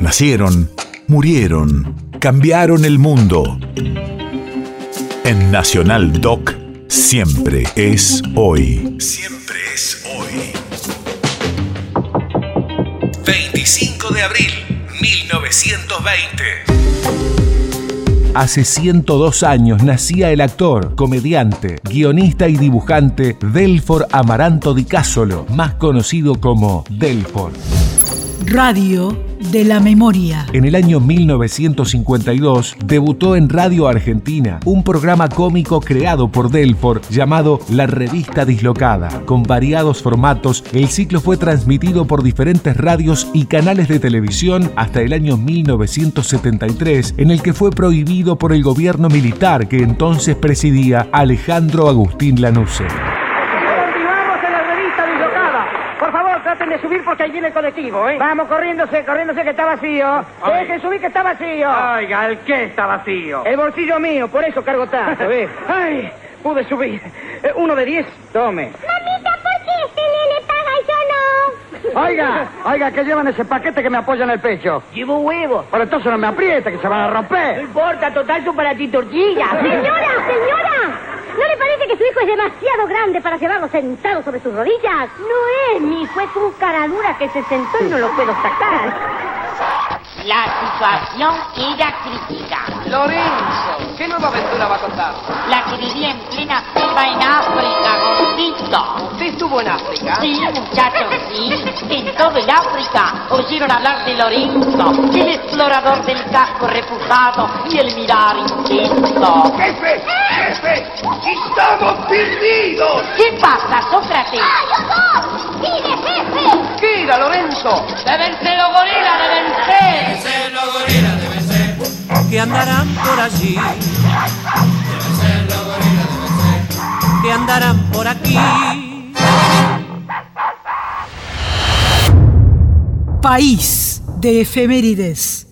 Nacieron, murieron, cambiaron el mundo. En Nacional Doc, siempre es hoy. Siempre es hoy. 25 de abril 1920. Hace 102 años nacía el actor, comediante, guionista y dibujante Delfor Amaranto Di Cásolo, más conocido como Delfor. Radio de la Memoria. En el año 1952 debutó en Radio Argentina un programa cómico creado por Delfor llamado La Revista Dislocada. Con variados formatos, el ciclo fue transmitido por diferentes radios y canales de televisión hasta el año 1973, en el que fue prohibido por el gobierno militar que entonces presidía Alejandro Agustín Lanuse. Continuamos en la revista dislocada. Por favor, traten de subir porque ahí viene el colectivo, ¿eh? Vamos, corriéndose, corriéndose que está vacío. Ay. Dejen subir que está vacío. Oiga, el que está vacío. El bolsillo mío, por eso cargo tanto, ¿eh? Ay, pude subir. Eh, Uno de diez, tome. Mamita, ¿por qué este nene paga y yo no? Oiga, oiga, que llevan ese paquete que me apoya en el pecho. Llevo huevos. Pero entonces no me apriete, que se van a No romper. importa, total son para ti tortillas. Señora, señora, ¿no le parece que su hijo es demasiado grande para llevarlo sentado sobre sus rodillas? No es, mi hijo, es un caradura que se sentó y no lo puedo sacar. La situación era crítica. Lorenzo, ¿qué nueva aventura va a contar? La que vivía en plena selva en África, gordito. ¿Usted estuvo en África? Sí, muchachos, sí. En todo el África oyeron hablar de Lorenzo, el explorador del casco reputado y el mirar intento. ¡Jefe! ¡Jefe! ¡Estamos perdidos! ¿Qué pasa, Sócrates? ¡Mire, jefe! ¿Qué era, Lorenzo? ¡Devense los gorila, devense! que andarán por allí. Que andarán por aquí. País de efemérides.